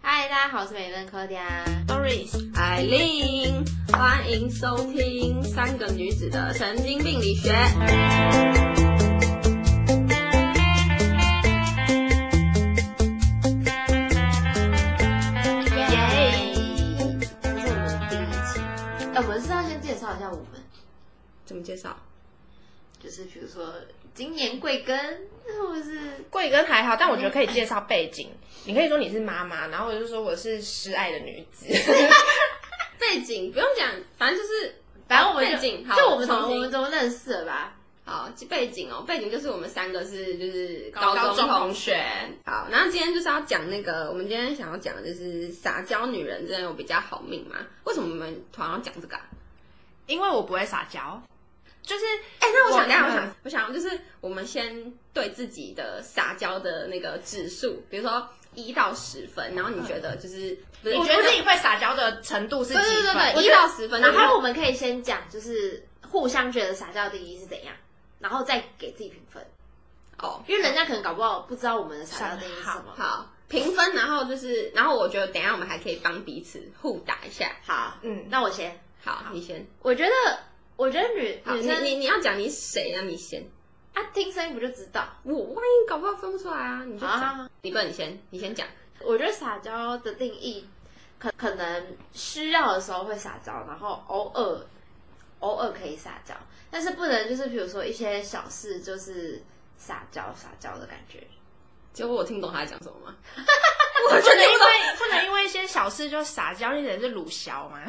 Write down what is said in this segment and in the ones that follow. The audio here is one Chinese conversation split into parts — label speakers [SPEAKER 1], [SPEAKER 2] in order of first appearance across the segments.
[SPEAKER 1] 嗨，大家好，我是美乐科的啊。
[SPEAKER 2] Doris、艾琳，欢迎收听《三个女子的神经病理学》。
[SPEAKER 1] 耶！这是我们第一期。哎、我们是要先介绍一下我们，
[SPEAKER 2] 怎么介绍？
[SPEAKER 1] 就是比如说今年贵庚，或者是
[SPEAKER 3] 贵庚还好，但我觉得可以介绍背景。你可以说你是妈妈，然后我就说我是失爱的女子。
[SPEAKER 2] 背景不用讲，反正就是
[SPEAKER 1] 反正我们就
[SPEAKER 2] 背景好
[SPEAKER 1] 就我们从
[SPEAKER 2] 重
[SPEAKER 1] 我
[SPEAKER 2] 新
[SPEAKER 1] 们从认识的吧。
[SPEAKER 2] 好背景哦，背景就是我们三个是就是
[SPEAKER 3] 高
[SPEAKER 2] 高中
[SPEAKER 3] 高中
[SPEAKER 2] 同
[SPEAKER 3] 同
[SPEAKER 2] 学
[SPEAKER 3] 学。
[SPEAKER 2] 好，然后今天就是要讲那个，我们今天想要讲的就是撒娇女人真的有比较好命吗？为什么我们突然要讲这个、啊？
[SPEAKER 3] 因为我不会撒娇，就是
[SPEAKER 2] 哎、那我想，
[SPEAKER 3] 我
[SPEAKER 2] 等一下我
[SPEAKER 3] 嗯
[SPEAKER 2] 想，我想就是我们先对自己的撒娇的那个指数，比如说一到十分，然后你觉得就是，不是
[SPEAKER 3] 你
[SPEAKER 2] 你
[SPEAKER 3] 觉得你会撒娇的程度是几
[SPEAKER 1] 对
[SPEAKER 3] 分？
[SPEAKER 1] 对对对
[SPEAKER 2] 我
[SPEAKER 1] 对，
[SPEAKER 2] 觉
[SPEAKER 1] 一
[SPEAKER 2] 得
[SPEAKER 1] 到十分。然
[SPEAKER 2] 然后
[SPEAKER 1] 后我们可以先讲，就是互相觉得撒娇的定义是怎样，然后再给自己评分，
[SPEAKER 2] 哦
[SPEAKER 1] 因为人家可能搞不好不知道我们的撒娇定义是什么。
[SPEAKER 2] 好评分，然后就是，然后我觉得等一下我们还可以帮彼此互打一下。
[SPEAKER 1] 好，
[SPEAKER 3] 嗯，
[SPEAKER 1] 那我先。
[SPEAKER 2] 好，你先，
[SPEAKER 1] 我觉得，我觉得女
[SPEAKER 2] 好，
[SPEAKER 1] 女
[SPEAKER 2] 你
[SPEAKER 1] 生
[SPEAKER 2] 你你要讲你谁啊？你先，
[SPEAKER 1] 啊，听声音不就知道？
[SPEAKER 2] 我万一搞不好分不出来啊，你就讲，
[SPEAKER 1] 啊，
[SPEAKER 2] 你不，你先，你先讲。
[SPEAKER 1] 我觉得撒娇的定义，可可能需要的时候会撒娇，然后偶尔偶尔可以撒娇，但是不能就是比如说一些小事就是撒娇撒娇的感觉。
[SPEAKER 2] 结果我听懂他在讲什么 吗？
[SPEAKER 3] 我不能因为不能因为一些小事就撒娇，你人是鲁小嘛。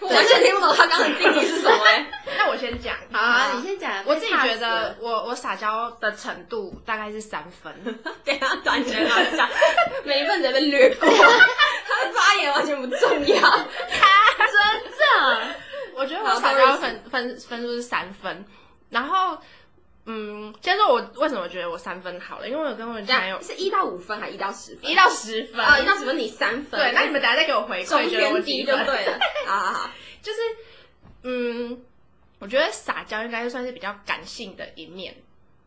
[SPEAKER 2] 我完全听不懂他刚刚的定义是什么哎、
[SPEAKER 3] 那我自己觉得
[SPEAKER 1] 好、
[SPEAKER 3] 我，
[SPEAKER 1] 啊，你先讲。
[SPEAKER 3] 我自己
[SPEAKER 1] 太怕
[SPEAKER 3] 觉
[SPEAKER 1] 死了
[SPEAKER 3] 得我我撒娇的程度大概是三分，
[SPEAKER 2] 等一下突然觉得好笑， 每一份都被略过，他的发言完全不重要。
[SPEAKER 1] 真的，
[SPEAKER 3] 我觉得我撒娇分分分数是三分，然后。嗯，先说我为什么觉得我三分好了，因为我跟我男友哦
[SPEAKER 2] 是一到五分还是一到十分？
[SPEAKER 3] 一到十分
[SPEAKER 2] 啊，一到十分你三分，
[SPEAKER 3] 对，那你们等下再给我回
[SPEAKER 2] 中
[SPEAKER 3] 馈，觉得我
[SPEAKER 2] 偏低
[SPEAKER 3] 几
[SPEAKER 2] 就
[SPEAKER 3] 分？
[SPEAKER 2] 对了。好好 好，
[SPEAKER 3] 就是，嗯，我觉得撒娇应该算是比较感性的一面，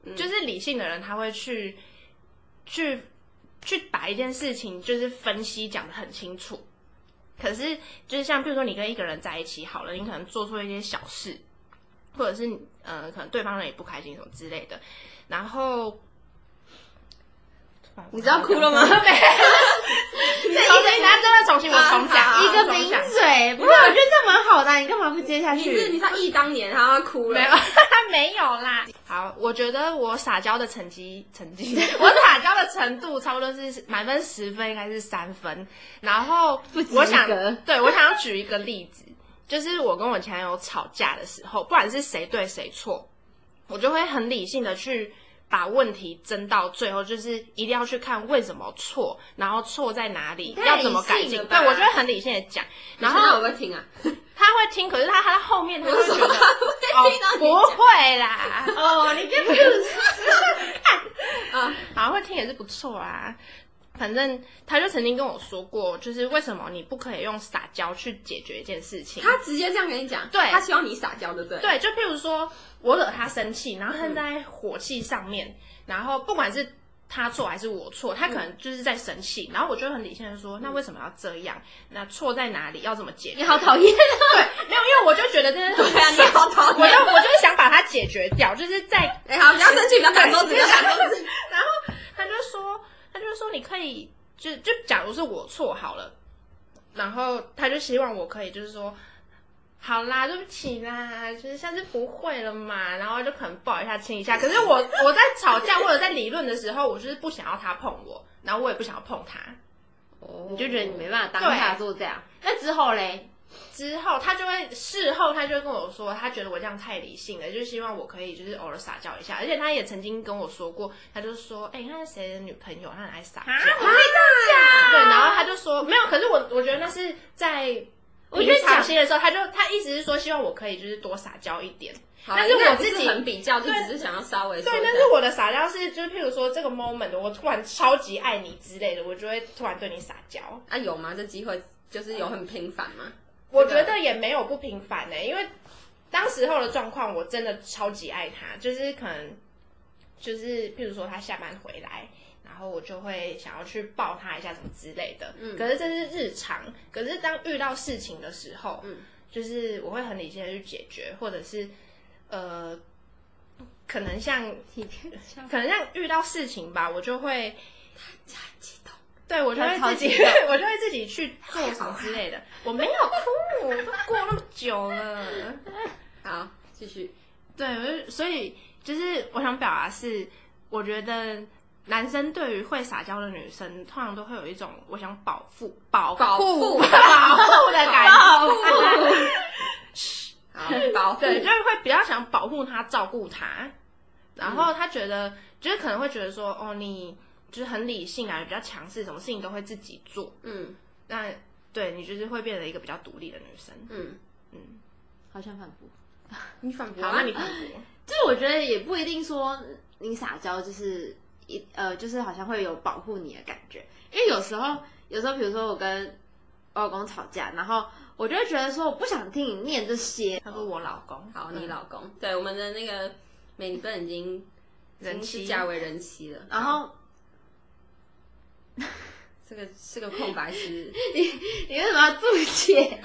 [SPEAKER 2] 嗯
[SPEAKER 3] 就是理性的人他会去去去把一件事情就是分析讲得很清楚。可是，就是像比如说你跟一个人在一起好了，你可能做错一些小事，或者是呃，可能对方人也不开心什么之类的，然后。
[SPEAKER 2] 你知道哭 了吗？
[SPEAKER 3] 重新，那真的重新，我重
[SPEAKER 2] 好
[SPEAKER 3] 讲
[SPEAKER 2] 啊好
[SPEAKER 1] 一个
[SPEAKER 3] 重
[SPEAKER 1] 名
[SPEAKER 3] 讲
[SPEAKER 1] 嘴，不是，我觉得这蛮好的啊，你干嘛不接下
[SPEAKER 2] 你是
[SPEAKER 1] 去？
[SPEAKER 2] 你知道忆当年他哭了
[SPEAKER 3] 没有，没有啦。好，我觉得我撒娇的成绩，成绩，我撒娇的程度差不多是满分十分，应该是三分。然后
[SPEAKER 1] 及
[SPEAKER 3] 我想
[SPEAKER 1] 格，
[SPEAKER 3] 对我想要举一个例子，就是我跟我前男友吵架的时候，不管是谁对谁错，我就会很理性的去。把问题争到最后，就是一定要去看为什么错，然后错在哪里，
[SPEAKER 2] 太
[SPEAKER 3] 要怎么改
[SPEAKER 2] 理性
[SPEAKER 3] 进
[SPEAKER 2] 了。
[SPEAKER 3] 对
[SPEAKER 2] 吧
[SPEAKER 3] 我就会很理性的讲，然后
[SPEAKER 2] 那我会听 啊，
[SPEAKER 3] 他会听，可是他他后面他会觉
[SPEAKER 2] 我说
[SPEAKER 3] 得
[SPEAKER 2] 他不会听到你讲
[SPEAKER 3] 哦、不会啦，
[SPEAKER 1] 哦，你跟 Bruce
[SPEAKER 2] 啊，
[SPEAKER 3] 好像会听也是不错啊。反正他就曾经跟我说过，就是为什么你不可以用撒娇去解决一件事情？
[SPEAKER 2] 他直接这样跟你讲，
[SPEAKER 3] 对
[SPEAKER 2] 他希望你撒娇，对不对？，
[SPEAKER 3] 对，就譬如说我惹他生气，然后他在火气上面，然后不管是他错还是我
[SPEAKER 2] 嗯
[SPEAKER 3] 错，他可能就是在生气，然后我就很理性的说，那为什么要这样？那错在哪里？要怎么 解决？
[SPEAKER 1] 你好讨厌啊！
[SPEAKER 3] 没有，因为我就觉得这是很
[SPEAKER 2] 对啊，你好讨
[SPEAKER 3] 我就
[SPEAKER 2] 厌。
[SPEAKER 3] 我就是想把它解决掉，就是在
[SPEAKER 2] 哎，好，不要生气，不要打 桌子，不要打桌子。
[SPEAKER 3] 他就说，他就说你可以，就就假如是我错好了，然后他就希望我可以就是说，好啦，对不起啦，就是下次不会了嘛，然后就可能抱一下亲一下。可是我我在吵架或者在理论的时候，我就是不想要他碰我，然后我也不想要碰他。
[SPEAKER 1] 你就觉得你没办法当
[SPEAKER 3] 对
[SPEAKER 1] 下做这样，那之后嘞，
[SPEAKER 3] 之后他就会事后他就会跟我说，他觉得我这样太理性了，就希望我可以就是偶尔撒娇一下。而且他也曾经跟我说过，他就说，哎、你看谁的女朋友，她很爱撒娇。啊对，然后他就说没有，可是我我觉得那是在
[SPEAKER 1] 我觉得
[SPEAKER 3] 平常心的时候，他就他意思是说希望我可以就是多撒娇一点，
[SPEAKER 2] 好
[SPEAKER 3] 但是
[SPEAKER 2] 那
[SPEAKER 3] 我
[SPEAKER 2] 不
[SPEAKER 3] 自己
[SPEAKER 2] 很比较，就只是想要稍微说
[SPEAKER 3] 对，
[SPEAKER 2] 一下
[SPEAKER 3] 但是我的撒娇是就是譬如说这个 moment 我突然超级爱你之类的，我就会突然对你撒娇。
[SPEAKER 2] 啊有吗？这机会就是有很频繁吗？
[SPEAKER 3] 我觉得也没有不平凡呢、欸因为当时候的状况我真的超级爱他，就是可能就是譬如说他下班回来，然后我就会想要去抱他一下什么之类的。嗯，可是这是日常，可是当遇到事情的时候，嗯，就是我会很理性的去解决，或者是呃，可能像
[SPEAKER 2] 体贴像
[SPEAKER 3] 可能像遇到事情吧，我就会
[SPEAKER 2] 很激动，
[SPEAKER 3] 对我就会
[SPEAKER 1] 超
[SPEAKER 3] 自己
[SPEAKER 1] 级的，
[SPEAKER 3] 我就会自己去做什么之类的。我没有哭，我都过那么久了。
[SPEAKER 2] 好，继续，
[SPEAKER 3] 对，我就所以就是我想表达是，我觉得男生对于会撒娇的女生，通常都会有一种我想保护、保护、
[SPEAKER 2] 保
[SPEAKER 3] 保
[SPEAKER 2] 护
[SPEAKER 3] 护的感 觉，
[SPEAKER 2] 好，保护，
[SPEAKER 3] 哦对，就是会比较想保护她、照顾她，然后他觉得、就是可能会觉得说，哦，你就是很理性啊，比较强势，什么事情都会自己做，
[SPEAKER 2] 嗯
[SPEAKER 3] 那对你就是会变成一个比较独立的女生。
[SPEAKER 2] 嗯，
[SPEAKER 3] 嗯，
[SPEAKER 1] 好像反驳。
[SPEAKER 2] 你反驳
[SPEAKER 3] 好，
[SPEAKER 2] 啊
[SPEAKER 3] 那你反驳
[SPEAKER 1] 就是我觉得也不一定说你撒娇就是一呃，就是好像会有保护你的感觉，因为有时候有时候比如说我跟我老公吵架，然后我就会觉得说我不想听你念这些，
[SPEAKER 3] 他说我老公，
[SPEAKER 2] 好，你老公，对我们的那个美芬已经
[SPEAKER 3] 人
[SPEAKER 2] 已经
[SPEAKER 3] 妻啊
[SPEAKER 2] 是嫁为人妻了，
[SPEAKER 1] 然后
[SPEAKER 2] 这个是个空白 是
[SPEAKER 1] 你为什么要注解？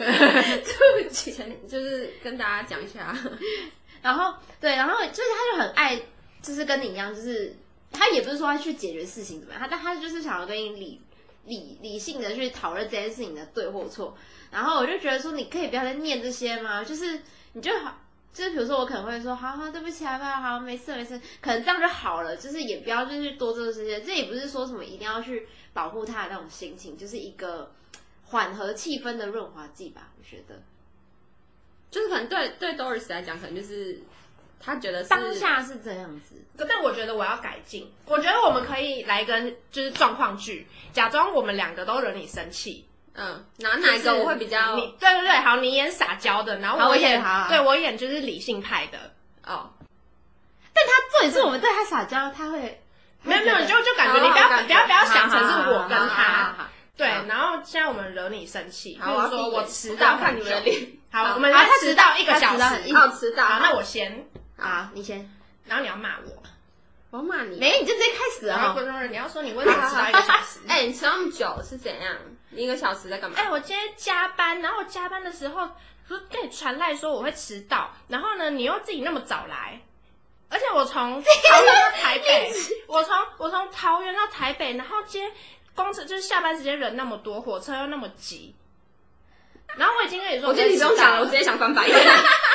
[SPEAKER 1] 注解。
[SPEAKER 2] 前就是跟大家讲一下，
[SPEAKER 1] 然后对，然后就是他就很爱，就是跟你一样，就是他也不是说要去解决事情怎么样，他但他就是想要跟你理理理性的去讨论这件事情的对或错。然后我就觉得说，你可以不要再念这些吗？就是你就好。就是比如说，我可能会说，好好，对不起啊，不要好，没事没事，可能这样就好了。就是也不要就是多做这些，这也不是说什么一定要去保护他的那种心情，就是一个缓和气氛的润滑剂吧，我觉得。
[SPEAKER 2] 就是可能对对 Doris 来讲，可能就是他觉得是
[SPEAKER 1] 当下是这样子，
[SPEAKER 3] 嗯可但我觉得我要改进，我觉得我们可以来一个就是状况剧，假装我们两个都惹你生气。
[SPEAKER 2] 嗯，哪哪一个我会比较
[SPEAKER 3] 你对对对，好，你演撒娇的，然后
[SPEAKER 1] 好
[SPEAKER 3] 我
[SPEAKER 1] 我
[SPEAKER 3] 演，
[SPEAKER 1] 演好啊
[SPEAKER 3] 对我演就是理性派的，
[SPEAKER 2] 哦，
[SPEAKER 1] 但他重点是我们对他撒娇，他会
[SPEAKER 3] 没有没有，就就感觉
[SPEAKER 2] 好
[SPEAKER 3] 你不要
[SPEAKER 2] 好哦感觉
[SPEAKER 3] 不要不要想成是我
[SPEAKER 1] 好
[SPEAKER 3] 跟
[SPEAKER 1] 好好
[SPEAKER 3] 他，
[SPEAKER 2] 好
[SPEAKER 3] 对
[SPEAKER 2] 好，
[SPEAKER 3] 然后现在我们惹你生气，
[SPEAKER 2] 好
[SPEAKER 3] 比如
[SPEAKER 2] 我要
[SPEAKER 3] 说
[SPEAKER 2] 闭
[SPEAKER 3] 我
[SPEAKER 2] 眼
[SPEAKER 3] 迟
[SPEAKER 2] 我
[SPEAKER 3] 到
[SPEAKER 2] 刚看
[SPEAKER 3] 很
[SPEAKER 2] 你
[SPEAKER 3] 久
[SPEAKER 2] 的脸，
[SPEAKER 3] 好，
[SPEAKER 1] 好
[SPEAKER 3] 我们
[SPEAKER 1] 啊
[SPEAKER 3] 来
[SPEAKER 1] 他
[SPEAKER 3] 迟
[SPEAKER 1] 迟
[SPEAKER 3] 到一个
[SPEAKER 1] 他
[SPEAKER 3] 小
[SPEAKER 1] 迟
[SPEAKER 3] 时，
[SPEAKER 1] 到
[SPEAKER 3] 好
[SPEAKER 1] 很
[SPEAKER 2] 好迟到，
[SPEAKER 3] 那我先，
[SPEAKER 1] 啊，你先，
[SPEAKER 3] 然后你要骂我，
[SPEAKER 2] 我骂你，
[SPEAKER 1] 没你就直接开始
[SPEAKER 3] 然后
[SPEAKER 1] 啊
[SPEAKER 3] 不，是不是你要说你为什么迟到一个小时？
[SPEAKER 2] 哎、你吃那么久是怎样？你一个小时在干嘛？
[SPEAKER 3] 哎、我今天加班，然后我加班的时候说跟你传赖说我会迟到，然后呢，你又自己那么早来，而且我从桃园到台 北，我从我从桃园到台北，然后今天公司就是下班时间人那么多，火车又那么挤，然后我已经跟你说，
[SPEAKER 2] 我觉得你不用想了，我直
[SPEAKER 3] 接
[SPEAKER 2] 接想翻白 眼，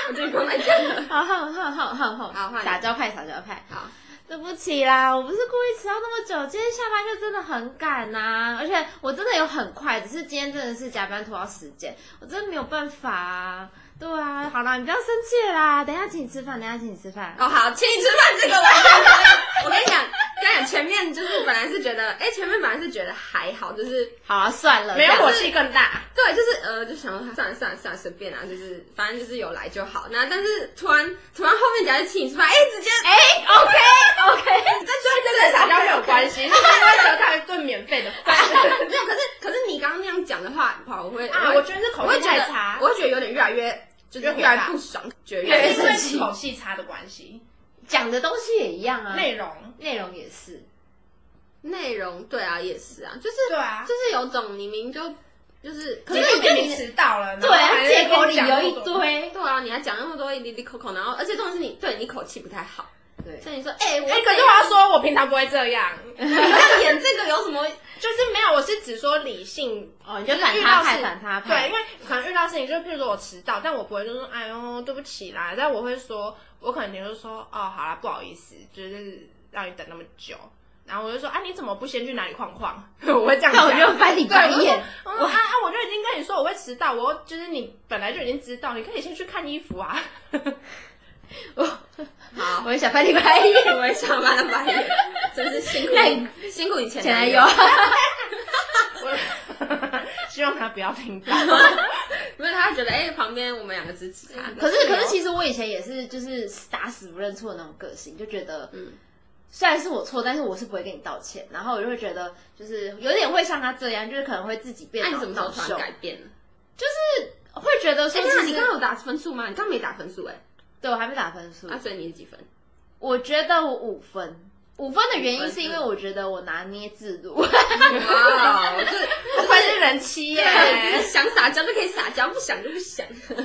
[SPEAKER 2] 我觉得你不用再讲了。
[SPEAKER 1] 好好好好好
[SPEAKER 2] 好换你
[SPEAKER 1] 撒娇派撒娇派，
[SPEAKER 2] 好，
[SPEAKER 1] 对不起啦，我不是故意迟到那么久，今天下班就真的很赶呐、而且我真的有很快，只是今天真的是加班拖到时间，我真的没有办法、啊，对啊，好啦，你不要生气啦，等一下请你吃饭，等一下请你吃饭，
[SPEAKER 2] 哦好，请你吃饭这个我，我跟你讲，跟你讲，前面就是本来是觉得，哎、前面本来是觉得还好，就是
[SPEAKER 1] 好啊，算了，
[SPEAKER 3] 没有
[SPEAKER 1] 这样
[SPEAKER 3] 火气更大。
[SPEAKER 2] 对，就是呃，就想说算了算了算了，随便啊，就是反正就是有来就好。那但是突然突然后面讲起你吃饭，哎、直接哎、
[SPEAKER 3] OK OK，
[SPEAKER 2] 这这
[SPEAKER 3] 这 跟撒娇没有关系，是因为得到一顿免费的饭
[SPEAKER 2] 没有，可是可是你刚刚那样讲的话，好，我会
[SPEAKER 3] 啊！我觉得是口
[SPEAKER 2] 我会
[SPEAKER 3] 味
[SPEAKER 2] 觉
[SPEAKER 3] 太
[SPEAKER 2] 得
[SPEAKER 3] 差，
[SPEAKER 2] 我会觉得有点越来越就是
[SPEAKER 3] 越火
[SPEAKER 2] 越来
[SPEAKER 3] 大
[SPEAKER 2] 越不爽，觉得越来
[SPEAKER 3] 也
[SPEAKER 2] 越
[SPEAKER 3] 是
[SPEAKER 2] 生
[SPEAKER 3] 因
[SPEAKER 2] 气
[SPEAKER 3] 为。口气差的关系，
[SPEAKER 1] 讲的东西也一样啊，
[SPEAKER 3] 内容
[SPEAKER 1] 内容也是，
[SPEAKER 2] 内容对啊，也是啊，就是
[SPEAKER 3] 对啊
[SPEAKER 2] 就是有种你明明就就是，
[SPEAKER 1] 可是
[SPEAKER 3] 你就
[SPEAKER 1] 你跟
[SPEAKER 3] 明
[SPEAKER 1] 你
[SPEAKER 3] 明迟到了，
[SPEAKER 1] 对啊，借口理由一
[SPEAKER 3] 堆。
[SPEAKER 1] 堆，
[SPEAKER 2] 对啊，你还讲那么多一滴滴口口，然后而且重点是你对你口气不 太好，
[SPEAKER 1] 对。
[SPEAKER 2] 所以你说哎、我
[SPEAKER 3] 哎、可是我要说，我平常不会这样，
[SPEAKER 2] 你要演这个有什么？
[SPEAKER 3] 就是没有，我是只说理性。
[SPEAKER 1] 哦，你就
[SPEAKER 3] 就是
[SPEAKER 1] 反
[SPEAKER 3] 遇
[SPEAKER 1] 他
[SPEAKER 3] 到
[SPEAKER 1] 派，
[SPEAKER 3] 事
[SPEAKER 1] 反他派。
[SPEAKER 3] 对，因为可能遇到事情，就譬如说我迟到，但我不会就说哎呦对不起啦，但我会说，我可能就说哦好啦，不好意思，就是让你等那么久。然后我就说啊，你怎么不先去哪里晃晃？ 我会这样
[SPEAKER 1] 那
[SPEAKER 3] 讲，
[SPEAKER 1] 我就翻你
[SPEAKER 3] 对，我
[SPEAKER 1] 白
[SPEAKER 3] 就说
[SPEAKER 1] 眼。
[SPEAKER 3] 嗯啊啊！我就已经跟你说我会迟到，我就是你本来就已经知道，你可以先去看衣服啊。
[SPEAKER 2] 好，
[SPEAKER 1] 我也想翻你白眼。
[SPEAKER 2] 我也想把他白眼，真是辛苦
[SPEAKER 1] 那
[SPEAKER 2] 你辛苦你前
[SPEAKER 1] 前
[SPEAKER 2] 男
[SPEAKER 1] 男
[SPEAKER 2] 友
[SPEAKER 1] 友，
[SPEAKER 3] 我 希望他不要听到。
[SPEAKER 2] 因为他觉得哎、旁边我们两个支持他，
[SPEAKER 1] 嗯可是，可是，其实我以前也是，就是打死不认错的那种个性，就觉得，
[SPEAKER 2] 嗯
[SPEAKER 1] 嗯，虽然是我错，但是我是不会跟你道歉。然后我就会觉得，就是有点会像他这样，就是可能会自己变
[SPEAKER 2] 那
[SPEAKER 1] 得
[SPEAKER 2] 你什么时候突
[SPEAKER 1] 恼羞
[SPEAKER 2] 然改变了？
[SPEAKER 1] 会觉得
[SPEAKER 2] 哎、
[SPEAKER 1] 说，
[SPEAKER 2] 欸，那
[SPEAKER 1] 嗯其
[SPEAKER 2] 你
[SPEAKER 1] 实
[SPEAKER 2] 刚刚有打分数吗？你刚刚没打分数哎、
[SPEAKER 1] 对我还没打分数
[SPEAKER 2] 那、，所以你是几分？
[SPEAKER 1] 我觉得我五分，五分的原因是因为我觉得我拿捏自如，
[SPEAKER 2] 哇，我这
[SPEAKER 3] 不愧是人妻耶！
[SPEAKER 2] 对， 想撒娇就可以撒娇，不想就不想。
[SPEAKER 1] 就是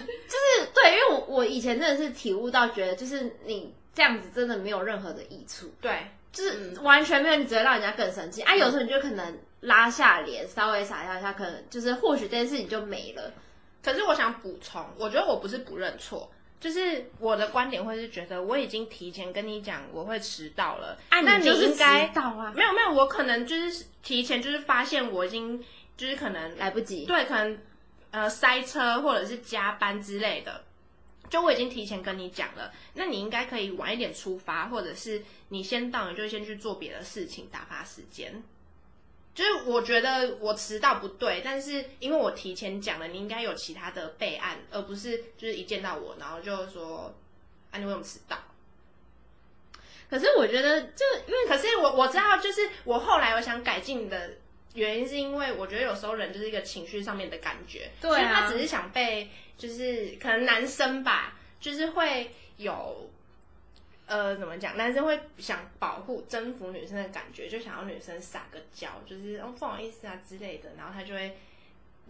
[SPEAKER 1] 对，因为我我以前真的是体悟到，觉得就是你这样子真的没有任何的益处，
[SPEAKER 3] 对，
[SPEAKER 1] 就是完全没有，你只会让人家更生气啊。有时候你就可能拉下脸，稍微撒娇一下，可能就是或许这件事情就没了。
[SPEAKER 3] 可是我想补充，我觉得我不是不认错，就是我的观点会是觉得我已经提前跟你讲我会迟到了，那
[SPEAKER 1] 啊就
[SPEAKER 3] 应该
[SPEAKER 1] 到啊，
[SPEAKER 3] 没有没有，我可能就是提前就是发现我已经就是可能
[SPEAKER 1] 来不及。
[SPEAKER 3] 对，可能呃塞车或者是加班之类的，就我已经提前跟你讲了，那你应该可以晚一点出发，或者是你先到，你就先去做别的事情打发时间。就是我觉得我迟到不对，但是因为我提前讲了，你应该有其他的备案，而不是就是一见到我然后就说啊你为什么迟到？
[SPEAKER 1] 可是我觉得就因为
[SPEAKER 3] 可是我我知道，就是我后来我想改进的原因，是因为我觉得有时候人就是一个情绪上面的感觉，
[SPEAKER 1] 对啊
[SPEAKER 3] 所以他只是想被，就是可能男生吧，就是会有。呃，怎么讲？男生会想保护、征服女生的感觉，就想要女生撒个娇，就是哦不好意思啊之类的，然后他就会，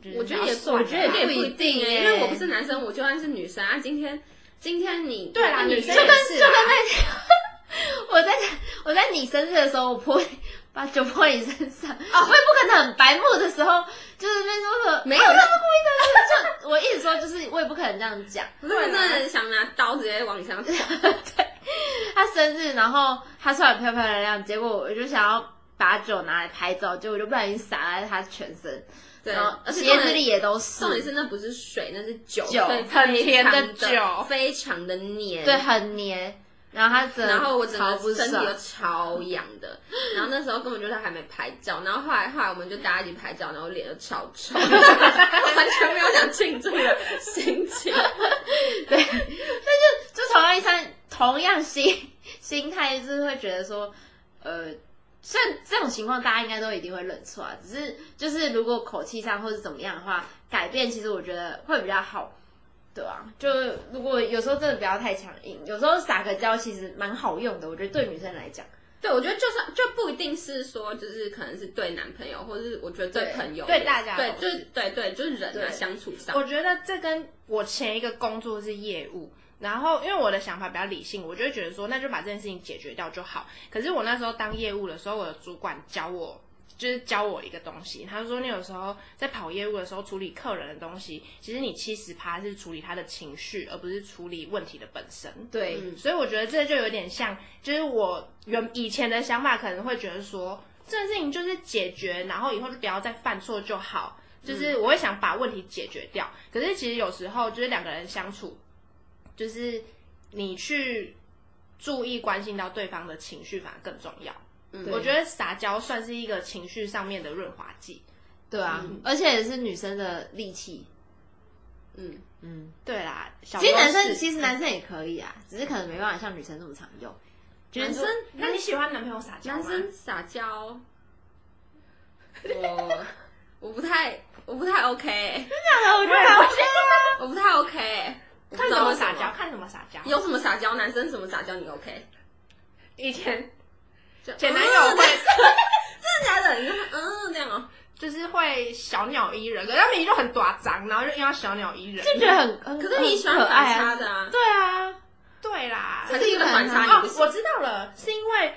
[SPEAKER 3] 就是
[SPEAKER 2] 我觉得也
[SPEAKER 3] 比嗯较算了啊
[SPEAKER 1] 我觉得也
[SPEAKER 2] 也不
[SPEAKER 1] 不
[SPEAKER 2] 一
[SPEAKER 1] 一
[SPEAKER 2] 定
[SPEAKER 1] 定
[SPEAKER 2] 耶，
[SPEAKER 1] 欸
[SPEAKER 2] 因为我不是男生，我就算是女生啊，今天今天你
[SPEAKER 3] 对啦，
[SPEAKER 2] 那
[SPEAKER 3] 女
[SPEAKER 2] 你
[SPEAKER 3] 生
[SPEAKER 2] 就
[SPEAKER 3] 也
[SPEAKER 2] 跟
[SPEAKER 3] 是啦
[SPEAKER 1] 我在我在你生日的时候，我泼把酒泼你身上，我也不可能很白目的时候，就是那时候
[SPEAKER 2] 没有
[SPEAKER 1] 那么故意的，就我一直说就是我也不可能这样讲。
[SPEAKER 2] 我是真的很想拿刀直接往你身上捅。
[SPEAKER 1] 他生日，然后他穿的漂漂亮亮，结果我就想要把酒拿来拍照，结果我就不小心洒在他全身，
[SPEAKER 2] 对，
[SPEAKER 1] 然后
[SPEAKER 2] 而且
[SPEAKER 1] 哦鞋
[SPEAKER 2] 重
[SPEAKER 1] 子里
[SPEAKER 2] 点
[SPEAKER 1] 也都是，
[SPEAKER 2] 重点是那不是水，那是酒，
[SPEAKER 1] 酒
[SPEAKER 2] 对
[SPEAKER 3] 很甜的
[SPEAKER 2] 非常
[SPEAKER 3] 酒
[SPEAKER 2] 非常的黏。
[SPEAKER 1] 对，很黏。然后他整，
[SPEAKER 2] 然后我整
[SPEAKER 1] 超不
[SPEAKER 2] 个身体
[SPEAKER 1] 爽
[SPEAKER 2] 都超痒的，然后那时候根本就是还没拍照，然后后来后来我们就大家一起拍照，然后脸就超臭， 完全没有想庆祝的心情。
[SPEAKER 1] 就同样一餐，同样心心态，就是会觉得说，呃，虽然这种情况大家应该都一定会认错啊，只是就是如果口气上或是怎么样的话，改变其实我觉得会比较好，对啊，就如果有时候真的不要太强硬，有时候撒个娇其实蛮好用的，我觉得对女生来讲，
[SPEAKER 2] 对，我觉得就算就不一定是说，就是可能是对男朋友，或者是我觉得对
[SPEAKER 1] 对
[SPEAKER 2] 朋友也，
[SPEAKER 3] 对大家
[SPEAKER 2] 对，
[SPEAKER 3] 都
[SPEAKER 2] 就是对对，就是人啊
[SPEAKER 1] 对
[SPEAKER 2] 相处上，
[SPEAKER 3] 我觉得这跟我前一个工作是业务，然后因为我的想法比较理性，我就会觉得说，那就把这件事情解决掉就好。可是我那时候当业务的时候，我的主管教我。就是教我一个东西，他就说你有时候在跑业务的时候处理客人的东西，其实你七十趴是处理他的情绪，而不是处理问题的本身。
[SPEAKER 1] 对，
[SPEAKER 2] 嗯
[SPEAKER 3] 所以我觉得这就有点像，就是我原以前的想法可能会觉得说，这件事情就是解决，然后以后就不要再犯错就好。就是我会想把问题解决掉，可是其实有时候就是两个人相处，就是你去注意关心到对方的情绪反而更重要。
[SPEAKER 2] 嗯
[SPEAKER 3] 我觉得撒娇算是一个情绪上面的润滑剂。
[SPEAKER 1] 对啊，而且也是女生的力气，
[SPEAKER 2] 嗯，
[SPEAKER 1] 嗯，
[SPEAKER 3] 对啦，小
[SPEAKER 1] 其实
[SPEAKER 3] 优势
[SPEAKER 1] 男生其实男生也可以啊，只是可能没办法像女生那么常用，
[SPEAKER 2] 男生
[SPEAKER 3] 那你喜欢男朋友撒娇吗？
[SPEAKER 2] 男生撒娇，我 我不太我不太 OK，
[SPEAKER 1] 哦我觉得
[SPEAKER 2] 我不太 OK，我不
[SPEAKER 3] 看
[SPEAKER 2] 知
[SPEAKER 3] 什
[SPEAKER 2] 道
[SPEAKER 3] 么
[SPEAKER 2] 为什
[SPEAKER 3] 撒
[SPEAKER 2] 么
[SPEAKER 3] 娇？看什么撒娇？
[SPEAKER 2] 有什么撒娇？男生什么撒娇你 OK？
[SPEAKER 3] 以前
[SPEAKER 2] 就
[SPEAKER 3] 前男友会
[SPEAKER 2] 嗯真的假的？你就嗯那样哦，
[SPEAKER 3] 就是会小鸟依人，可是他明明就很短脏，然后就硬要小鸟依人。
[SPEAKER 1] 就觉得很，很
[SPEAKER 2] 可是你喜欢
[SPEAKER 1] 很可爱啊
[SPEAKER 2] 反差，的啊，
[SPEAKER 1] 对啊，
[SPEAKER 3] 对啦，
[SPEAKER 2] 还是一个反差
[SPEAKER 3] 哦
[SPEAKER 2] 你不，行？
[SPEAKER 3] 我知道了，是因为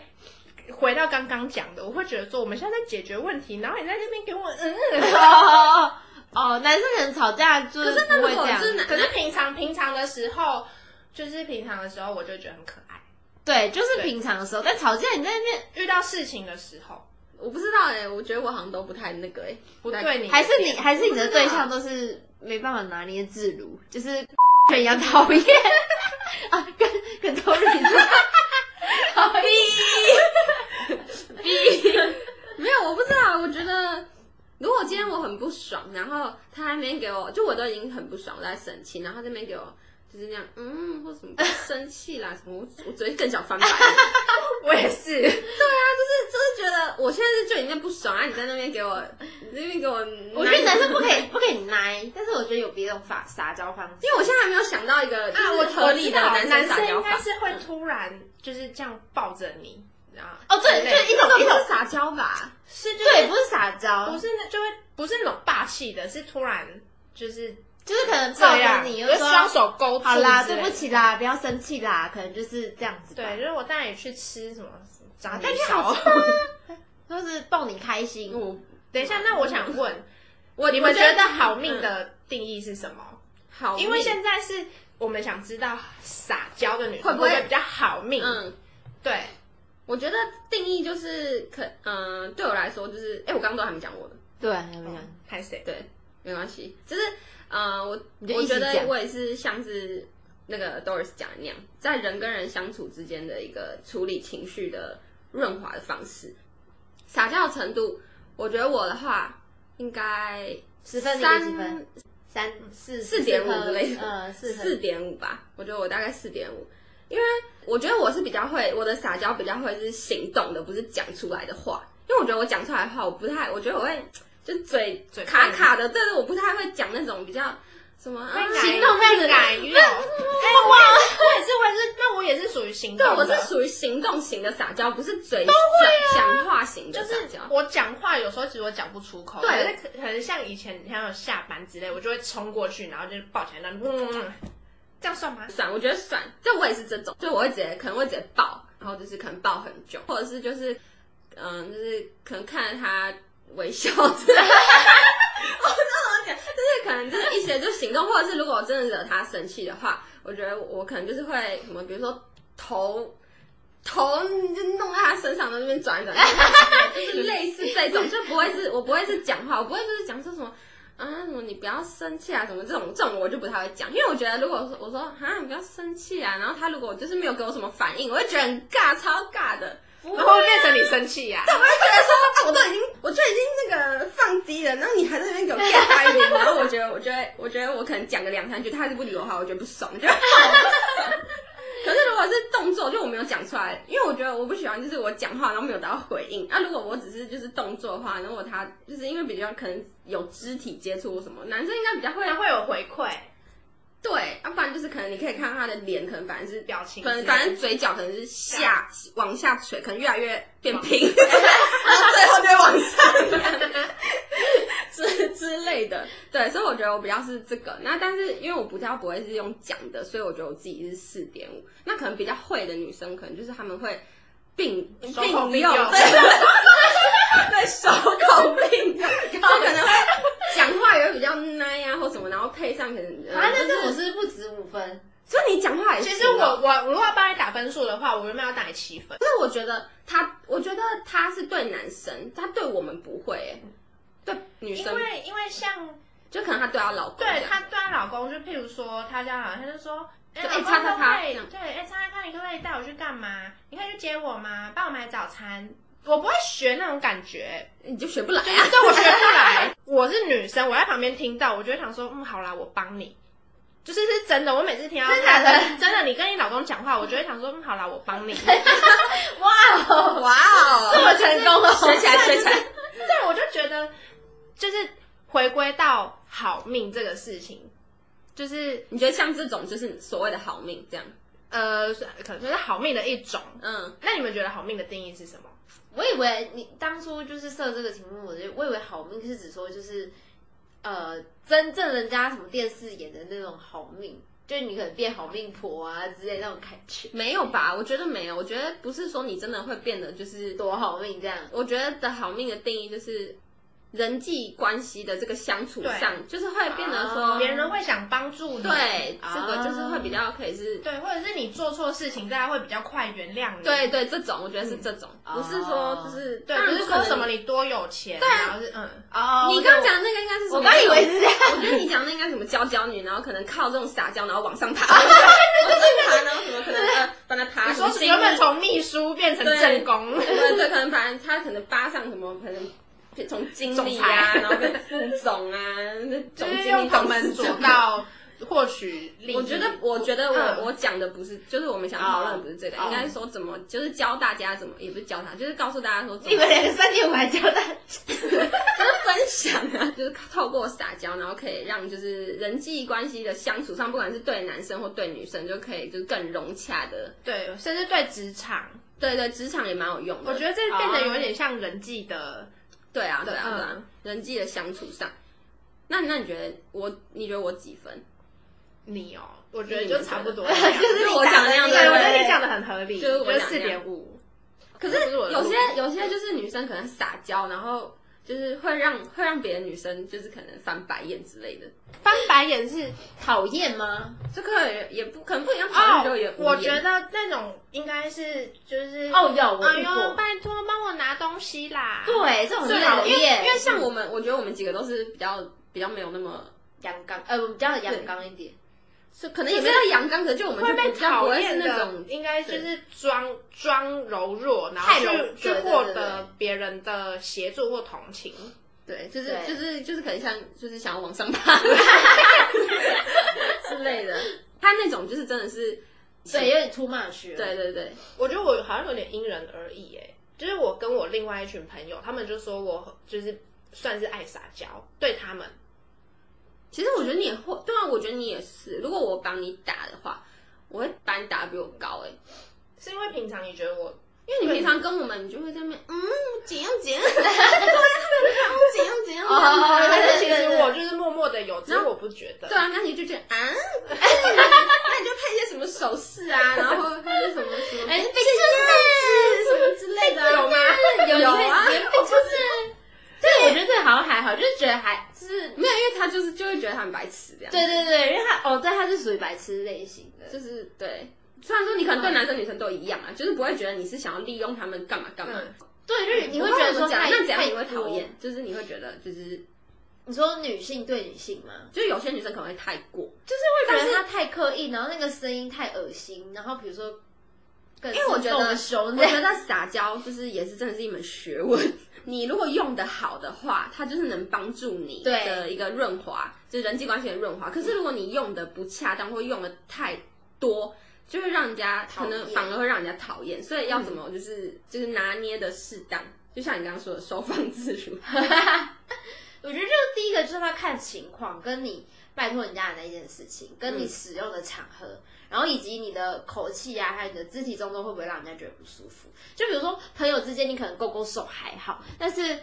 [SPEAKER 3] 回到刚刚讲的，我会觉得说我们现在在解决问题，然后你在那边给我嗯嗯。
[SPEAKER 1] 哦 哦，男生可能吵架就是
[SPEAKER 2] 可是那
[SPEAKER 1] 不
[SPEAKER 2] 如
[SPEAKER 1] 会
[SPEAKER 2] 果
[SPEAKER 1] 这样
[SPEAKER 2] 就，是男
[SPEAKER 3] 可是平常平常的时候，就是平常的时候，我就会觉得很可爱。
[SPEAKER 1] 对，就是
[SPEAKER 3] 对
[SPEAKER 1] 平常的时候，但吵架你在那边
[SPEAKER 3] 遇到事情的时候，
[SPEAKER 2] 我不知道哎，我觉得我好像都不太那个哎，
[SPEAKER 3] 不对你
[SPEAKER 1] 还是你还是你的对象都是没办法拿捏自如，就是 人一样讨厌 啊，跟跟头里 一样讨厌，
[SPEAKER 2] 没有，我不知道。我觉得，如果今天我很不爽，然后他还没给我，就我都已经很不爽，我在生气，然后他这边给我就是那样，嗯，或什 么不要生气啦，什么，我我昨天更想翻白眼，就
[SPEAKER 3] 我也是，
[SPEAKER 2] 是觉得我现在是就已经不爽啊，你在那边给我，你那边给我，
[SPEAKER 1] 我觉得男生不可以不可以奶，但是我觉得有别种法撒娇方式，
[SPEAKER 2] 因为我现在还没有想到一个就是
[SPEAKER 3] 啊我
[SPEAKER 2] 合理的
[SPEAKER 3] 男
[SPEAKER 2] 男
[SPEAKER 3] 男
[SPEAKER 2] 撒
[SPEAKER 3] 生
[SPEAKER 2] 娇
[SPEAKER 3] 应该
[SPEAKER 2] 法，
[SPEAKER 3] 是会突然就是这样抱着你，然后
[SPEAKER 1] 哦，对，
[SPEAKER 3] 之
[SPEAKER 1] 就
[SPEAKER 3] 类的
[SPEAKER 1] 一
[SPEAKER 2] 这
[SPEAKER 1] 种
[SPEAKER 2] 个
[SPEAKER 1] 一
[SPEAKER 2] 不
[SPEAKER 1] 种
[SPEAKER 2] 是，撒娇吧？
[SPEAKER 3] 是就是
[SPEAKER 1] 对，不是撒娇
[SPEAKER 3] 不，是那就会不是那种霸气的，是突然就是
[SPEAKER 1] 就是可能抱
[SPEAKER 3] 这样，
[SPEAKER 1] 着你，
[SPEAKER 3] 就
[SPEAKER 1] 又
[SPEAKER 3] 是
[SPEAKER 1] 说
[SPEAKER 3] 双手勾住，
[SPEAKER 1] 好啦，对不，起啦，不要生气啦，可能就是这样子吧。
[SPEAKER 3] 对，就是我带你去吃什么炸
[SPEAKER 1] 但
[SPEAKER 3] 鸡
[SPEAKER 1] 是好
[SPEAKER 3] 烧。
[SPEAKER 1] 就是逗你开心。
[SPEAKER 3] 我等一下，那我想 问，我你
[SPEAKER 2] 我
[SPEAKER 3] 们
[SPEAKER 2] 觉
[SPEAKER 3] 觉
[SPEAKER 2] 得
[SPEAKER 3] 得好命的定义是什么？
[SPEAKER 2] 好命，
[SPEAKER 3] 因为现在是我们想知道撒娇的女
[SPEAKER 2] 会
[SPEAKER 3] 生
[SPEAKER 2] 不
[SPEAKER 3] 会
[SPEAKER 2] 会
[SPEAKER 3] 不会比较好命？
[SPEAKER 2] 嗯，
[SPEAKER 3] 对，
[SPEAKER 2] 我觉得定义就是可，嗯、对我来说就是，哎、我刚刚都还没讲我的，
[SPEAKER 1] 对，怎么样？
[SPEAKER 3] 拍谁？
[SPEAKER 2] 对，没关系，就是，呃，我
[SPEAKER 1] 就
[SPEAKER 2] 我
[SPEAKER 1] 一起
[SPEAKER 2] 觉得
[SPEAKER 1] 讲
[SPEAKER 2] 我也是像是那个 Doris 讲的那样，在人跟人相处之间的一个处理情绪的润滑的方式，撒娇的程度，我觉得我的话应该
[SPEAKER 1] 十分你给几
[SPEAKER 2] 三
[SPEAKER 1] 分？三四
[SPEAKER 2] 四点五
[SPEAKER 1] 颗
[SPEAKER 2] 之类的
[SPEAKER 1] 呃，四
[SPEAKER 2] 四
[SPEAKER 1] 分。
[SPEAKER 2] 点五吧，我觉得我大概四点五，因为我觉得我是比较会我的撒娇比较会是行动的，不是讲出来的话，因为我觉得我讲出来的话，我不太，我觉得我会就嘴
[SPEAKER 3] 嘴
[SPEAKER 2] 卡
[SPEAKER 3] 笨
[SPEAKER 2] 卡的，但是我不太会讲那种比较什么啊
[SPEAKER 3] 会改
[SPEAKER 2] 行动这样
[SPEAKER 3] 会
[SPEAKER 2] 子
[SPEAKER 3] 改
[SPEAKER 2] 对
[SPEAKER 3] 运。哎，我我也是，我也是，那我也是属于行动
[SPEAKER 2] 我
[SPEAKER 3] 的，
[SPEAKER 2] 是属于行动型的撒娇，不是嘴讲讲话型的
[SPEAKER 3] 就
[SPEAKER 2] 撒
[SPEAKER 3] 是
[SPEAKER 2] 娇。
[SPEAKER 3] 我讲话有时候其实我讲不出口，
[SPEAKER 2] 对
[SPEAKER 3] 可是可可能像以前像有下班之类，我就会冲过去，然后就抱起来，然后嗯嗯，嗯这样算吗？
[SPEAKER 2] 算，我觉得算。就我也是这种，就我会直接可能会直接抱，然后就是可能抱很久，或者是就是嗯，就是可能看着他微笑之类的。我不知道怎 么讲，就是可能就是一些就行动，或者是如果我真的惹他生气的话，我觉得我可能就是会什么，比如说头。头就弄在他身上，在那边转一转，就是类似这种，就不会是，我不会是讲话，我不会就是讲说什么啊，什么你不要生气啊，什么这种这种我就不太会讲，因为我觉得如果说我说啊你不要生气啊，然后他如果就是没有给我什么反应，我就觉得很尬，超尬的。
[SPEAKER 3] 然后会变成你生气呀、
[SPEAKER 2] 我就觉得说啊，我都已经我就已经那个放低了，然后你还在那边给我盖白脸，然后我觉得我觉得我觉得我可能讲个两三句，他还是不理我的话，我觉得不爽，就。 可是如果是动作，就我没有讲出来，因为我觉得我不喜欢，就是我讲话然后没有得到回应。那、如果我只是就是动作的话，然后我他就是因为比较可能有肢体接触或什么，男生应该比较会
[SPEAKER 3] 然后会有回馈
[SPEAKER 2] 对，啊要、不然就是可能你可以看他的脸，可能反正是
[SPEAKER 3] 表情之
[SPEAKER 2] 可
[SPEAKER 3] 类
[SPEAKER 2] 能
[SPEAKER 3] 的，
[SPEAKER 2] 反正嘴角可能是下往下垂，可能越来越变平，然后 最后就会往上 之之类的。对，所以我觉得我比较是这个。那但是因为我比较不会是用讲的，所以我觉得我自己是四点五。那可能比较会的女生，可能就是她们会并并
[SPEAKER 3] 手口
[SPEAKER 2] 用，
[SPEAKER 3] 并
[SPEAKER 2] 对
[SPEAKER 3] 用
[SPEAKER 2] 对手口并用， 就可能会讲话也会比较奶啊或什么，然后配上可能呃
[SPEAKER 1] 啊，那
[SPEAKER 2] 就是
[SPEAKER 1] 这我是不止五分，
[SPEAKER 2] 所以你讲话也
[SPEAKER 3] 其
[SPEAKER 2] 行
[SPEAKER 3] 实
[SPEAKER 2] 啊
[SPEAKER 3] 我我如果要帮你打分数的话，我原本要打你七分。
[SPEAKER 2] 可是我觉得他，我觉得他是对男生，他对我们不会、欸，对女
[SPEAKER 3] 因
[SPEAKER 2] 生，
[SPEAKER 3] 为因为像
[SPEAKER 2] 就可能他对她老公这样，
[SPEAKER 3] 对她对她老公，就譬如说她家老公，她就说，哎、
[SPEAKER 2] 就
[SPEAKER 3] 老公
[SPEAKER 2] 哎叉叉叉
[SPEAKER 3] 可不可以
[SPEAKER 2] 这样
[SPEAKER 3] 对，哎、叉叉叉，你可不可以带我去干嘛？你可以去接我吗？帮我买早餐。我不会学那种感觉，
[SPEAKER 2] 你就学不来
[SPEAKER 3] 对
[SPEAKER 2] 啊。
[SPEAKER 3] 我学不来。我是女生，我在旁边听到，我就会想说，嗯，好啦，我帮你。就是是真的，我每次听到
[SPEAKER 1] 真的假的
[SPEAKER 3] 真的，你跟你老公讲话，我就会想说，嗯，好啦，我帮你。
[SPEAKER 1] 哇哦，
[SPEAKER 2] 哇哦，
[SPEAKER 1] 这么成功哦！
[SPEAKER 2] 学起来，学起来。
[SPEAKER 3] 对，我就觉得就是回归到好命这个事情，就是
[SPEAKER 2] 你觉得像这种就是所谓的好命这样？
[SPEAKER 3] 呃，可能就是好命的一种。
[SPEAKER 2] 嗯，
[SPEAKER 3] 那你们觉得好命的定义是什么？
[SPEAKER 1] 我以为你当初就是设这个题目，我就我以为好命是指说就是，呃，真正人家什么电视演的那种好命，就是你可能变好命婆啊之类那种感觉，
[SPEAKER 2] 没有吧？我觉得没有，我觉得不是说你真的会变得就是
[SPEAKER 1] 多好命这样。
[SPEAKER 2] 我觉得的好命的定义就是人际关系的这个相处上，就是会变得说，
[SPEAKER 1] 啊
[SPEAKER 3] 别人会想帮助你，
[SPEAKER 2] 对、这个
[SPEAKER 1] 啊
[SPEAKER 2] 就是会比较可以是
[SPEAKER 3] 对，或者是你做错事情，大家会比较快原谅你。
[SPEAKER 2] 对对，这种我觉得是这种，
[SPEAKER 1] 嗯
[SPEAKER 2] 不是说就是
[SPEAKER 3] 对，
[SPEAKER 2] 当
[SPEAKER 3] 不
[SPEAKER 2] 然
[SPEAKER 3] 是
[SPEAKER 2] 可
[SPEAKER 3] 说
[SPEAKER 2] 能
[SPEAKER 3] 什么你多有钱，
[SPEAKER 2] 对啊
[SPEAKER 3] 然后是嗯，
[SPEAKER 1] 哦
[SPEAKER 2] 你刚刚讲的那个应该是什么
[SPEAKER 1] 我刚以为是这样
[SPEAKER 2] 我觉得你讲的那应该什么娇娇女，然后可能靠这种撒娇，然后往上爬，往 上爬，然后什么可能呃把它爬
[SPEAKER 3] 你
[SPEAKER 2] 什么
[SPEAKER 3] 说
[SPEAKER 2] 金
[SPEAKER 3] 原本
[SPEAKER 2] 鱼，
[SPEAKER 3] 从秘书变成正 宫，
[SPEAKER 2] 对对，可能把他可能扒上什么可能。从经理
[SPEAKER 3] 总裁
[SPEAKER 2] 啊，然后跟副总啊，那
[SPEAKER 3] 就
[SPEAKER 2] 总
[SPEAKER 3] 是
[SPEAKER 2] 经
[SPEAKER 3] 用
[SPEAKER 2] 理、
[SPEAKER 3] 旁
[SPEAKER 2] 董
[SPEAKER 3] 门
[SPEAKER 2] 事
[SPEAKER 3] 左
[SPEAKER 2] 长。
[SPEAKER 3] 道获取利益。
[SPEAKER 2] 我觉得，我觉得我
[SPEAKER 3] 嗯
[SPEAKER 2] 我讲的不是，就是我们想讨论的不是这个，
[SPEAKER 1] 哦
[SPEAKER 2] 应该是说怎么，就是教大家怎么，也不是教他，就是告诉大家说怎么
[SPEAKER 1] 你们两个三点五还交代，
[SPEAKER 2] 就是分享啊， 就是透过撒娇，然后可以让就是人际关系的相处上，不管是对男生或对女生，就可以就是更融洽的。
[SPEAKER 3] 对，甚至对职场，
[SPEAKER 2] 对对，职场也蛮有用的。
[SPEAKER 3] 我觉得这变得有一点像人际的，
[SPEAKER 2] 对啊，对啊，
[SPEAKER 3] 嗯
[SPEAKER 2] 对啊，人际的相处上。那那你觉得我？你觉得我几分？
[SPEAKER 3] 你哦，我觉得就差不多 这
[SPEAKER 1] 就
[SPEAKER 3] 样，
[SPEAKER 1] 是
[SPEAKER 2] 我讲的那样
[SPEAKER 3] 对，
[SPEAKER 2] 子
[SPEAKER 3] 我
[SPEAKER 2] 对
[SPEAKER 3] 觉
[SPEAKER 2] 对
[SPEAKER 3] 得
[SPEAKER 2] 对
[SPEAKER 3] 你讲的很合理，
[SPEAKER 2] 就是我讲
[SPEAKER 3] 四
[SPEAKER 2] 的那样
[SPEAKER 3] 点五。
[SPEAKER 2] 可
[SPEAKER 3] 这不
[SPEAKER 2] 是
[SPEAKER 3] 是我的
[SPEAKER 2] 有
[SPEAKER 3] 路
[SPEAKER 2] 些有些就是女生可能撒娇，然后就是会让会让别的女生就是可能翻白眼之类的，
[SPEAKER 3] 翻白眼是
[SPEAKER 1] 讨厌吗？
[SPEAKER 2] 这个也也不可能不一样，
[SPEAKER 3] 哦
[SPEAKER 2] 就也，无
[SPEAKER 3] 我
[SPEAKER 2] 言
[SPEAKER 3] 觉得那种应该是就是
[SPEAKER 1] 哦，有我
[SPEAKER 3] 哎
[SPEAKER 1] 遇
[SPEAKER 3] 呦，
[SPEAKER 1] 过，
[SPEAKER 3] 拜托帮我拿东西啦。
[SPEAKER 1] 对，这种最
[SPEAKER 2] 最
[SPEAKER 1] 讨
[SPEAKER 2] 好，因为
[SPEAKER 1] 厌，
[SPEAKER 2] 因为像我们，我觉得我们几个都是比较比较没有那么，
[SPEAKER 1] 阳刚，呃，我比较阳刚一点，
[SPEAKER 2] 是可能也没有到阳刚，可是就我们
[SPEAKER 3] 会
[SPEAKER 2] 就
[SPEAKER 3] 被
[SPEAKER 2] 比较不
[SPEAKER 3] 讨
[SPEAKER 2] 会是
[SPEAKER 3] 厌
[SPEAKER 2] 那
[SPEAKER 3] 的
[SPEAKER 2] 种，
[SPEAKER 3] 应该就是装装柔弱，然后
[SPEAKER 1] 太
[SPEAKER 3] 去
[SPEAKER 1] 柔
[SPEAKER 3] 去
[SPEAKER 1] 对对
[SPEAKER 3] 获
[SPEAKER 1] 对
[SPEAKER 3] 得别人的协助或同情。
[SPEAKER 2] 对，就是
[SPEAKER 1] 对
[SPEAKER 2] 就是就是可能像就是想要往上爬之类的，他那种就是真的是，
[SPEAKER 1] 对，有点 too much 了。
[SPEAKER 2] 对对对，
[SPEAKER 3] 我觉得我好像有点因人而异诶、就是我跟我另外一群朋友，他们就说我就是算是爱撒娇，对他们
[SPEAKER 2] 其实我觉得你也会，对啊，我觉得你也是，如果我帮你打的话，我会把你打得比我高哎、欸
[SPEAKER 3] 是因为平常你觉得我
[SPEAKER 2] 因为你平常跟我们，你就会在那边，嗯，怎样怎样，对对对，嗯，怎样怎样，
[SPEAKER 1] 哦哦哦
[SPEAKER 3] 但是其
[SPEAKER 1] 对
[SPEAKER 3] 实
[SPEAKER 1] 对对
[SPEAKER 3] 我就是默默的有，只是我不觉得。
[SPEAKER 2] 对啊，那你就觉得啊， 那你就配一些什么手势啊，然后或者是什么什么，
[SPEAKER 1] 哎，这就是什么之类的，啊
[SPEAKER 3] 有吗？
[SPEAKER 1] 有
[SPEAKER 2] 有
[SPEAKER 1] 有
[SPEAKER 2] 啊
[SPEAKER 1] 就是，对，我觉得这个好像还好，就是觉得还就是，
[SPEAKER 2] 没有，因为他就是就会觉得他很白痴这样，，
[SPEAKER 1] 对对对，因为他哦，对，他是属于白痴类型的，
[SPEAKER 2] 就是对。虽然说你可能对男生女生都一样啊，就是不会觉得你是想要利用他们干嘛干嘛，
[SPEAKER 3] 嗯
[SPEAKER 1] 对，就是你
[SPEAKER 2] 我
[SPEAKER 1] 会
[SPEAKER 2] 不
[SPEAKER 1] 觉得
[SPEAKER 2] 知道怎么
[SPEAKER 1] 说
[SPEAKER 2] 讲
[SPEAKER 1] 太
[SPEAKER 2] 那怎样
[SPEAKER 1] 太
[SPEAKER 2] 你会讨
[SPEAKER 1] 多
[SPEAKER 2] 厌，就是你会觉得就是
[SPEAKER 1] 你说女性对女性吗？
[SPEAKER 2] 就有些女生可能会太过，
[SPEAKER 1] 就是会觉得她太刻意，然后那个声音太恶心，然后比如说更
[SPEAKER 2] 因为我觉得
[SPEAKER 1] 凶
[SPEAKER 2] 我觉得撒娇就是也是真的是一门学问。 你如果用的好的话，它就是能帮助你
[SPEAKER 1] 对
[SPEAKER 2] 的一个润滑，就是人际关系的润滑。可是如果你用的不恰当或用的太多，就会让人家
[SPEAKER 1] 讨
[SPEAKER 2] 可
[SPEAKER 1] 厌
[SPEAKER 2] 能反而会让人家讨厌。所以要怎么就是、就是拿捏的适当，就像你刚刚说的收放自如。
[SPEAKER 1] 我觉得就第一个就是要看情况，跟你拜托人家的那件事情，跟你使用的场合，然后以及你的口气啊，还有你的肢体动作会不会让人家觉得不舒服。就比如说朋友之间，你可能勾勾手还好，但是。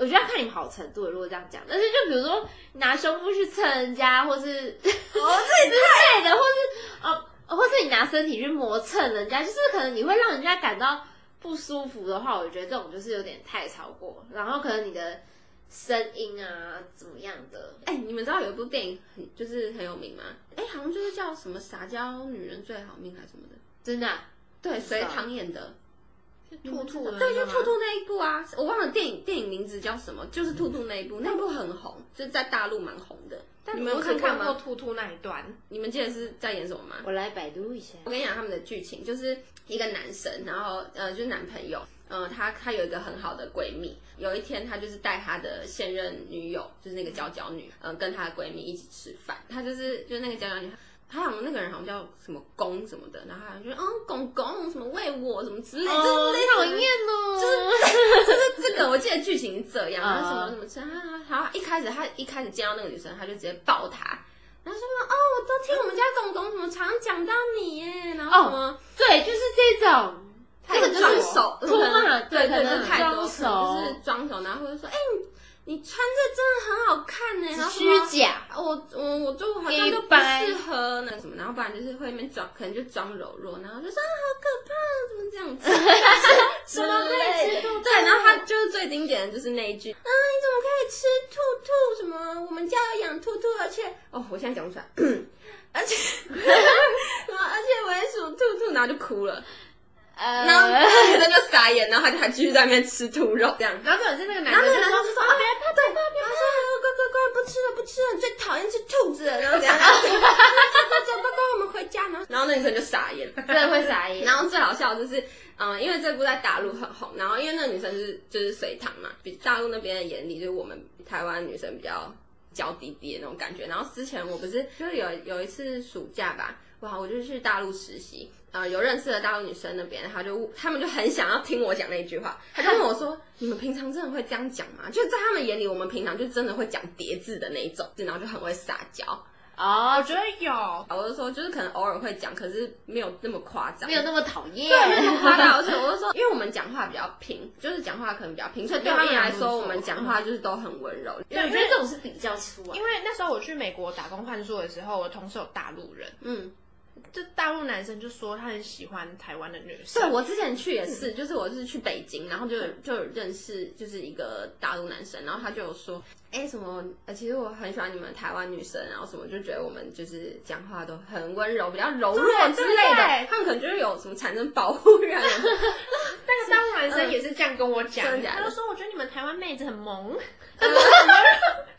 [SPEAKER 1] 我觉得要看你们好程度，如果这样讲，但是就比如说拿胸部去蹭人家，或是 哦自己之类的，或是哦，或是你拿身体去磨蹭人家，就是可能你会让人家感到不舒服的话，我觉得这种就是有点太超过，然后可能你的声音啊，怎么样的？
[SPEAKER 2] 哎、你们知道有一部电影很就是很有名吗？哎、好像就是叫什么撒娇女人最好命还是什么的。
[SPEAKER 1] 真的啊、
[SPEAKER 2] 对，
[SPEAKER 1] 不知
[SPEAKER 2] 隋
[SPEAKER 1] 道
[SPEAKER 2] 唐演的。
[SPEAKER 3] 兔兔的那个吗，
[SPEAKER 2] 对，就兔兔那一部啊，我忘了电影电影名字叫什么，就是兔兔那一部，那一部很红，就是在大陆蛮红的。但
[SPEAKER 3] 你们有
[SPEAKER 2] 看
[SPEAKER 3] 看过
[SPEAKER 2] 吗？
[SPEAKER 3] 兔兔那一段？
[SPEAKER 2] 你们记得是在演什么吗？
[SPEAKER 1] 我来百度一下。
[SPEAKER 2] 我跟你讲他们的剧情，就是一个男生，然后呃就是男朋友，呃他他有一个很好的闺蜜，有一天他就是带他的现任女友，就是那个娇娇女，呃跟她的闺蜜一起吃饭，他就是就是那个娇娇女。她好像那个人好像叫什么公什么的，然后他就嗯公公什么喂我什么之类，
[SPEAKER 1] 哎
[SPEAKER 2] 就是类似
[SPEAKER 1] 讨厌哦！就是
[SPEAKER 2] 这个我记得剧情是这样，
[SPEAKER 1] 啊
[SPEAKER 2] 然后什么什么吃啊，然后一开始他一开始见到那个女生，他就直接抱她，然后说什么哦，我都听我们家公公怎么常讲到你耶，然后什么，
[SPEAKER 1] 对，就是这种。
[SPEAKER 2] 那个就是手
[SPEAKER 1] 太多了
[SPEAKER 2] 对
[SPEAKER 1] 嗯对可能
[SPEAKER 2] 对，就是太多
[SPEAKER 1] 装熟
[SPEAKER 2] 可能就是装熟，然后或者说哎、你你穿这真的很好看呢，然后什么
[SPEAKER 1] 虚假，
[SPEAKER 2] 我我我就好像都
[SPEAKER 1] 一
[SPEAKER 2] 不
[SPEAKER 1] 般
[SPEAKER 2] 适合那个什么，然后不然就是会那边装，可能就装柔弱，然后就说啊好可怕，怎么这 样子，什么可以
[SPEAKER 1] 之类
[SPEAKER 2] 吃兔？对，然后他就是最经典的就是那一句，啊你怎么可以吃兔兔？什么我们家有养兔兔，而且哦我现在 讲不出来，而且 什么而且我也属兔兔，然后就哭了，
[SPEAKER 1] 呃，
[SPEAKER 2] 然后那女生就傻眼，然后他就还继续在那边吃兔肉这样。
[SPEAKER 3] 然后可能是那个男
[SPEAKER 2] 然后
[SPEAKER 3] 生
[SPEAKER 2] 那
[SPEAKER 3] 就
[SPEAKER 2] 个男
[SPEAKER 3] 说
[SPEAKER 2] 生就说：“啊，别怕，对，然后说：“哎呦，乖乖乖，不吃了，不吃了，最讨厌吃兔子了。”然后这样，然后然后这样，乖乖，我们回家。然后，然后那女生就傻眼。
[SPEAKER 1] 真的会傻眼。
[SPEAKER 2] 然后最好笑的就是，嗯、因为这部在大陆很红，然后因为那个女生就是就是隋唐嘛，比大陆那边的眼里，就是我们台湾女生比较娇滴滴的那种感觉。然后之前我不是就是有有一次暑假吧，哇，我就去大陆实习，呃，有认识的大陆女生那边，她就她们就很想要听我讲那一句话，她就问我说：“你们平常真的会这样讲吗？”就在她们眼里，我们平常就真的会讲叠字的那一种字，然后就很会撒娇。
[SPEAKER 1] 哦
[SPEAKER 3] 我，觉得有，
[SPEAKER 2] 我就说，就是可能偶尔会讲，可是没有那么夸张，
[SPEAKER 1] 没有那么讨厌，
[SPEAKER 2] 对，没有那么夸张。而且我就说，因为我们讲话比较平，就是讲话可能比较平，所以对他们来说，我们讲话就是都很温柔。
[SPEAKER 1] 对，我觉得这种是比较出啊
[SPEAKER 3] 因。为那时候我去美国打工换宿的时候，我同事有大陆人，
[SPEAKER 2] 嗯，
[SPEAKER 3] 就大陆男生就说他很喜欢台湾的女生
[SPEAKER 2] 对，我之前去也是，就是我是去北京，然后就有就有认识就是一个大陆男生，然后他就有说，哎、什么，呃，其实我很喜欢你们台湾女生，啊然后什么就觉得我们就是讲话都很温柔，比较柔弱
[SPEAKER 3] 对
[SPEAKER 2] 之
[SPEAKER 3] 对
[SPEAKER 2] 类的
[SPEAKER 3] 对，
[SPEAKER 2] 他们可能就是有什么产生保护欲啊，
[SPEAKER 3] 那个大陆男生也是这样跟我讲，
[SPEAKER 2] 嗯真的假的
[SPEAKER 3] 他就说我觉得你们台湾妹子很萌，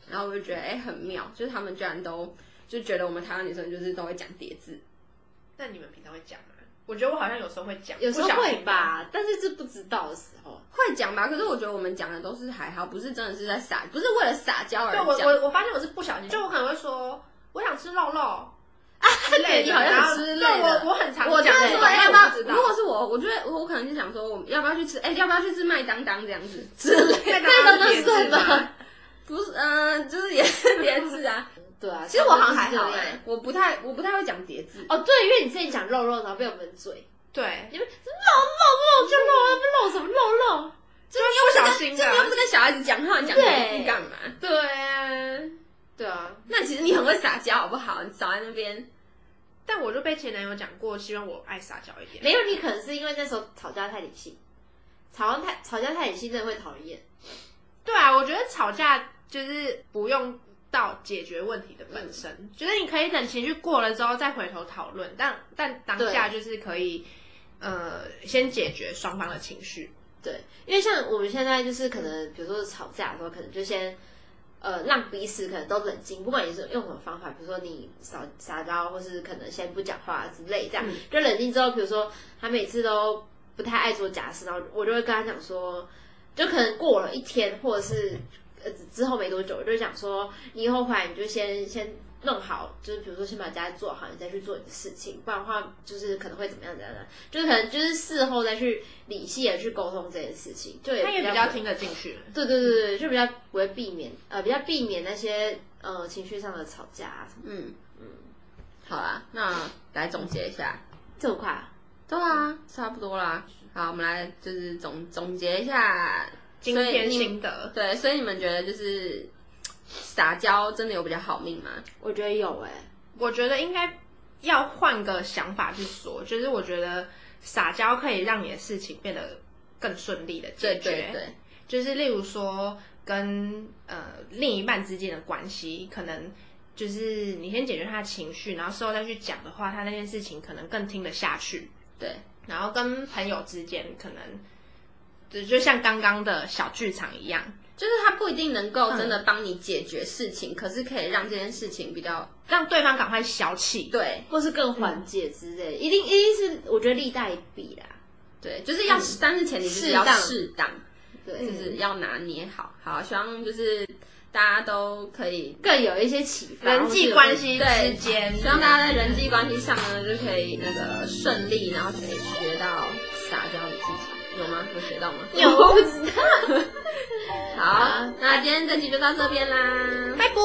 [SPEAKER 2] 然后我就觉得哎、诶很妙，就是他们居然都就觉得我们台湾女生就是都会讲叠字，
[SPEAKER 3] 那你们平常会讲吗？我觉得我好像有时候会讲，
[SPEAKER 1] 有时候
[SPEAKER 3] 不小心
[SPEAKER 1] 会。啊吧，但是是不知道的时候，
[SPEAKER 2] 会讲吧，可是我觉得我们讲的都是还好，不是真的是在撒，不是为了撒娇而
[SPEAKER 3] 对我
[SPEAKER 2] 讲。
[SPEAKER 3] 我我发现我是不小心，就我可能会说我想吃肉肉啊之
[SPEAKER 2] 对
[SPEAKER 3] 类
[SPEAKER 2] 你
[SPEAKER 3] 的，
[SPEAKER 2] 好像
[SPEAKER 3] 然后
[SPEAKER 2] 之类的
[SPEAKER 3] 对我我很常
[SPEAKER 2] 我就
[SPEAKER 3] 讲
[SPEAKER 2] 会
[SPEAKER 3] 这
[SPEAKER 2] 说，
[SPEAKER 3] 种，
[SPEAKER 2] 哎、要
[SPEAKER 3] 但
[SPEAKER 2] 不
[SPEAKER 3] 我不知
[SPEAKER 2] 要？
[SPEAKER 3] 道
[SPEAKER 2] 如。果是我，我觉得我我可能就想说，我们要不要去吃？哎、要不要去吃麦当当这样 子？
[SPEAKER 1] 之类
[SPEAKER 3] 那
[SPEAKER 1] 那
[SPEAKER 3] 当
[SPEAKER 1] 个
[SPEAKER 3] 然
[SPEAKER 1] 是什么？
[SPEAKER 2] 不是，嗯、就是也是叠字啊。
[SPEAKER 1] 对啊，
[SPEAKER 2] 其实我好像还好
[SPEAKER 1] 差不多是
[SPEAKER 2] 哎、
[SPEAKER 1] 这样
[SPEAKER 2] 我不太我不太会讲叠字。
[SPEAKER 1] 哦，对，因为你之前讲肉肉，然后被我们嘴，
[SPEAKER 3] 对，
[SPEAKER 1] 你们肉肉肉就肉，肉什么肉肉？
[SPEAKER 3] 就是不小心
[SPEAKER 2] 这又不
[SPEAKER 3] 的。
[SPEAKER 2] 是跟小孩子讲话，你讲叠字干嘛？
[SPEAKER 3] 对啊，
[SPEAKER 1] 对啊，
[SPEAKER 2] 那其实你很会撒娇，好不好？你少在那边。
[SPEAKER 3] 但我就被前男友讲过，希望我爱撒娇一点。
[SPEAKER 1] 没有，你可能是因为那时候吵架太理性，吵架太吵架太理性真的会讨人厌。
[SPEAKER 3] 对啊，我觉得吵架就是不用到解决问题的本身，
[SPEAKER 2] 嗯
[SPEAKER 3] 就是你可以等情绪过了之后再回头讨论，但但当下就是可以呃先解决双方的情绪。
[SPEAKER 1] 对，因为像我们现在就是可能，比如说吵架的时候，可能就先呃让彼此可能都冷静，不管你是用什么方法，比如说你撒撒娇，或是可能先不讲话之类，这
[SPEAKER 3] 嗯
[SPEAKER 1] 样、就冷静之后，比如说他每次都不太爱做家事，然后我就会跟他讲说，就可能过了一天，或者是
[SPEAKER 3] 嗯
[SPEAKER 1] 呃之后没多久，我就讲说，你以后回来你就先先。弄好，就是比如说先把家做好，你再去做你的事情，不然的话就是可能会怎么样怎么样，怎么样就是可能就是事后再去理性的去沟通这件事情，就也
[SPEAKER 3] 他也比
[SPEAKER 1] 不
[SPEAKER 3] 较
[SPEAKER 1] 会
[SPEAKER 3] 听得进去。
[SPEAKER 1] 对对对对，就比较不会避免，呃，比较避免那些呃情绪上的吵架、啊什么。
[SPEAKER 2] 嗯嗯，好啦，那来总结一下。
[SPEAKER 1] 这么快、啊？
[SPEAKER 2] 对啊，差不多啦。好，我们来就是总总结一下
[SPEAKER 3] 今
[SPEAKER 2] 所以
[SPEAKER 3] 天
[SPEAKER 2] 你
[SPEAKER 3] 心得，
[SPEAKER 2] 对，所以你们觉得就是撒娇真的有比较好命吗？
[SPEAKER 1] 我觉得有哎、
[SPEAKER 3] 我觉得应该要换个想法去说，就是我觉得撒娇可以让你的事情变得更顺利的
[SPEAKER 2] 对
[SPEAKER 3] 解决。
[SPEAKER 2] 对对，
[SPEAKER 3] 就是例如说跟呃另一半之间的关系，可能就是你先解决他的情绪，然后事后再去讲的话，他那件事情可能更听得下去。
[SPEAKER 2] 对，
[SPEAKER 3] 然后跟朋友之间可能就就像刚刚的小剧场一样，
[SPEAKER 2] 就是他不一定能够真的帮你解决事情，可是可以让这件事情比较
[SPEAKER 3] 让对方赶快消气。
[SPEAKER 2] 对
[SPEAKER 1] 或是更缓解之类，一定一定是我觉得利大于弊啦。
[SPEAKER 2] 对，就是要，但是前提就是
[SPEAKER 1] 适
[SPEAKER 2] 要
[SPEAKER 1] 当
[SPEAKER 2] 适当，
[SPEAKER 1] 对，
[SPEAKER 2] 就是要拿捏好。好，希望就是大家都可以
[SPEAKER 1] 更有一些启发。
[SPEAKER 3] 人际关系
[SPEAKER 2] 对
[SPEAKER 3] 之间，
[SPEAKER 2] 希望大家在人际关系上呢，就可以那个顺利，然后可以学到撒娇的技巧，有吗？有学到吗？
[SPEAKER 1] 有不知道。
[SPEAKER 2] 好，那今天这期就到这边啦，
[SPEAKER 3] 拜拜。